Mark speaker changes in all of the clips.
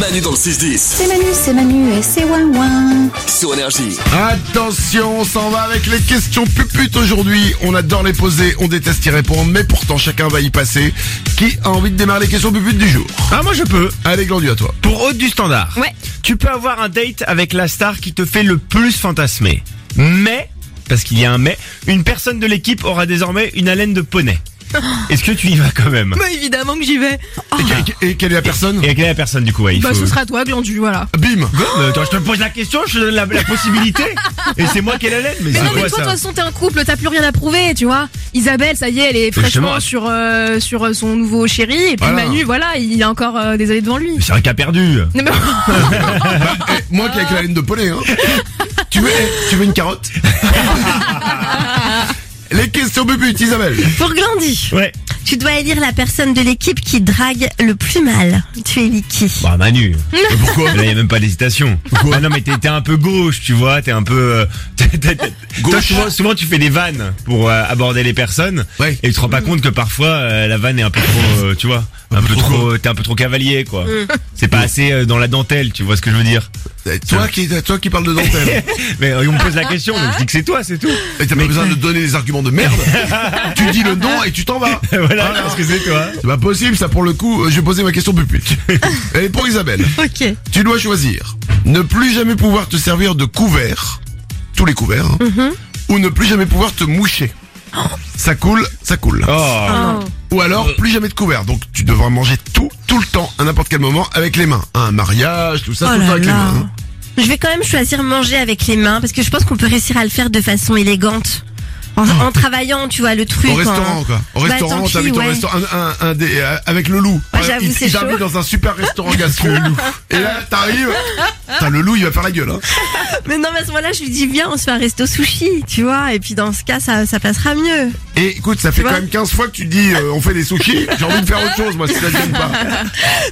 Speaker 1: Manu dans le 6-10
Speaker 2: C'est Manu, c'est Manu et c'est Wouin
Speaker 1: sur énergie.
Speaker 3: Attention, on s'en va avec les questions puputes aujourd'hui. On adore les poser, on déteste y répondre, mais pourtant chacun va y passer. Qui a envie de démarrer les questions puputes du jour
Speaker 4: Ah moi je peux
Speaker 3: Allez, Glandu, à toi.
Speaker 4: Pour haute du standard.
Speaker 2: Ouais.
Speaker 4: Tu peux avoir un date avec la star qui te fait le plus fantasmer. Mais, parce qu'il y a un mais, une personne de l'équipe aura désormais une haleine de poney. Est-ce que tu y vas quand même
Speaker 5: Bah évidemment que j'y vais.
Speaker 3: Et, que- et quelle est la personne
Speaker 4: Et à quelle est la personne du coup ouais, il
Speaker 5: Bah
Speaker 4: faut-
Speaker 5: ce sera toi, Glandu, voilà.
Speaker 3: Bim
Speaker 4: Quoi Mais attends, je te pose la question, je te donne la, la possibilité. Et c'est moi qui ai l'haleine. Mais,
Speaker 5: Mais
Speaker 4: c'est
Speaker 5: non mais
Speaker 4: quoi
Speaker 5: toi de toute
Speaker 4: ça
Speaker 5: façon t'es un couple, t'as plus rien à prouver, tu vois. Isabelle, ça y est, elle est
Speaker 4: Justement.
Speaker 5: fraîchement sur euh, sur euh, son nouveau chéri et puis
Speaker 3: Voilà.
Speaker 5: Manu, voilà, il a encore euh, des années devant lui.
Speaker 4: C'est un cas perdu.
Speaker 5: Non, mais-
Speaker 3: Eh, Moi qui ai avec la laine de poney, hein. tu, veux, eh, tu veux une carotte Les questions puputes, Isabelle.
Speaker 2: Pour Glandy,
Speaker 4: Ouais.
Speaker 2: tu dois élire la personne de l'équipe qui drague le plus mal. Tu élis qui
Speaker 4: Bah Manu.
Speaker 3: Pourquoi
Speaker 4: Là, y a même pas d'hésitation. Ah non, mais t'es t'es un peu gauche, tu vois. T'es un peu euh, t'es- t'es- t'es- Toi, souvent, souvent, tu fais des vannes pour euh, aborder les personnes.
Speaker 3: Ouais.
Speaker 4: Et tu te rends pas compte que parfois euh, la vanne est un peu trop, euh, tu vois, un peu trop. T'es un peu trop cavalier, quoi.
Speaker 2: Mm.
Speaker 4: C'est pas assez euh, dans la dentelle, tu vois ce que je veux dire.
Speaker 3: Eh, Toi qui, toi qui parles de dentelle.
Speaker 4: Mais euh, on me pose la question, donc je dis que c'est toi, c'est tout.
Speaker 3: Et t'as pas besoin de donner des arguments de merde. tu dis le nom et tu t'en vas.
Speaker 4: voilà, parce que c'est toi.
Speaker 3: C'est pas possible, ça pour le coup, euh, je vais poser ma question pupute. Et pour Isabelle,
Speaker 2: Ok.
Speaker 3: tu dois choisir ne plus jamais pouvoir te servir de couvert, tous les couverts, hein,
Speaker 2: Mhm.
Speaker 3: ou ne plus jamais pouvoir te moucher. Ça coule, ça coule.
Speaker 4: Oh.
Speaker 2: Ah.
Speaker 3: Ou alors plus jamais de couvert. Donc tu devras manger tout, tout le temps, à n'importe quel moment, avec les mains. Un mariage, tout ça,
Speaker 2: Oh
Speaker 3: tout le
Speaker 2: là
Speaker 3: temps avec les
Speaker 2: là.
Speaker 3: mains. hein.
Speaker 2: Je vais quand même choisir manger avec les mains parce que je pense qu'on peut réussir à le faire de façon élégante. En, en travaillant, tu vois, le truc.
Speaker 3: Au
Speaker 2: en-
Speaker 3: restaurant, quoi. Au
Speaker 2: Bah,
Speaker 3: restaurant,
Speaker 2: tant
Speaker 3: t'invites
Speaker 2: pis,
Speaker 3: au
Speaker 2: ouais.
Speaker 3: restaurant, un, un- un des- euh, avec le loup.
Speaker 2: Ah, j'avoue,
Speaker 3: il-
Speaker 2: c'est
Speaker 3: il t'invite dans un super restaurant gastro. Et là, t'arrives, t'as le loup, il va faire la gueule, hein.
Speaker 2: Mais non, mais à ce moment-là, je lui dis, viens, on se fait un resto sushi, tu vois. Et puis dans ce cas, ça, ça passera mieux.
Speaker 3: Et écoute, ça fait quand
Speaker 2: vois
Speaker 3: même 15 fois que tu dis euh, on fait des sushis, j'ai envie de faire autre chose moi si ça te gêne pas.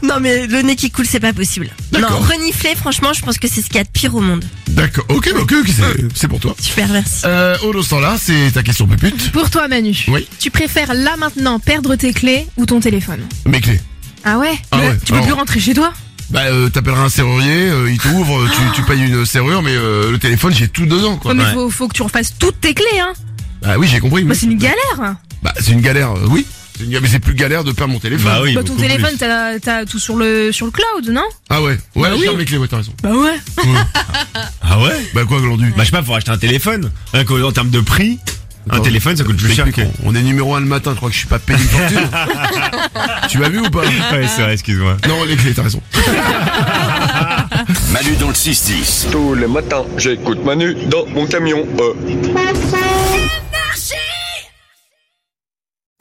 Speaker 2: Non, mais le nez qui coule, c'est pas possible. Non,
Speaker 3: D'accord.
Speaker 2: renifler, franchement, je pense que c'est ce qu'il y a de pire au monde.
Speaker 3: D'accord, ok, ok, ok, c'est- c'est pour toi.
Speaker 2: Super, merci.
Speaker 3: Euh, au temps là, c'est ta question pépute.
Speaker 5: Pour toi Manu,
Speaker 3: Oui.
Speaker 5: tu préfères là maintenant perdre tes clés ou ton téléphone
Speaker 3: Mes clés.
Speaker 5: Ah ouais,
Speaker 3: Ah ouais,
Speaker 5: Tu peux
Speaker 3: alors-
Speaker 5: plus rentrer chez toi
Speaker 3: Bah euh, t'appelleras un serrurier, euh, il t'ouvre, tu, tu payes une serrure, mais euh, le téléphone j'ai tout dedans quoi.
Speaker 5: Ouais, mais
Speaker 4: ouais.
Speaker 5: faut, faut que tu refasses toutes tes clés hein.
Speaker 3: Bah oui j'ai compris.
Speaker 5: Bah
Speaker 3: oui.
Speaker 5: c'est une galère.
Speaker 3: Bah c'est une galère, euh, oui. C'est une- Mais c'est plus galère de perdre mon téléphone.
Speaker 4: Bah oui.
Speaker 5: bah ton
Speaker 4: beaucoup
Speaker 5: téléphone
Speaker 4: plus.
Speaker 5: t'as t'as tout sur le sur le cloud, non
Speaker 3: Ah ouais, ouais, je ferme mes clés, ouais t'as raison.
Speaker 5: Bah ouais.
Speaker 4: Ah ouais.
Speaker 3: Bah quoi Glandu
Speaker 4: Bah je sais pas, faut acheter un téléphone. Hein, qu'en- en termes de prix, un
Speaker 3: Attends,
Speaker 4: téléphone ça coûte plus
Speaker 3: Mais
Speaker 4: cher
Speaker 3: mec,
Speaker 4: que.
Speaker 3: on, on est numéro un le matin, je crois que je suis pas payé une fortune. tu m'as vu ou pas
Speaker 4: Ouais, c'est vrai, excuse-moi.
Speaker 3: Non les clés, t'as raison.
Speaker 1: Manu dans le 6-10.
Speaker 6: Tous les matins, j'écoute Manu dans mon camion. Euh,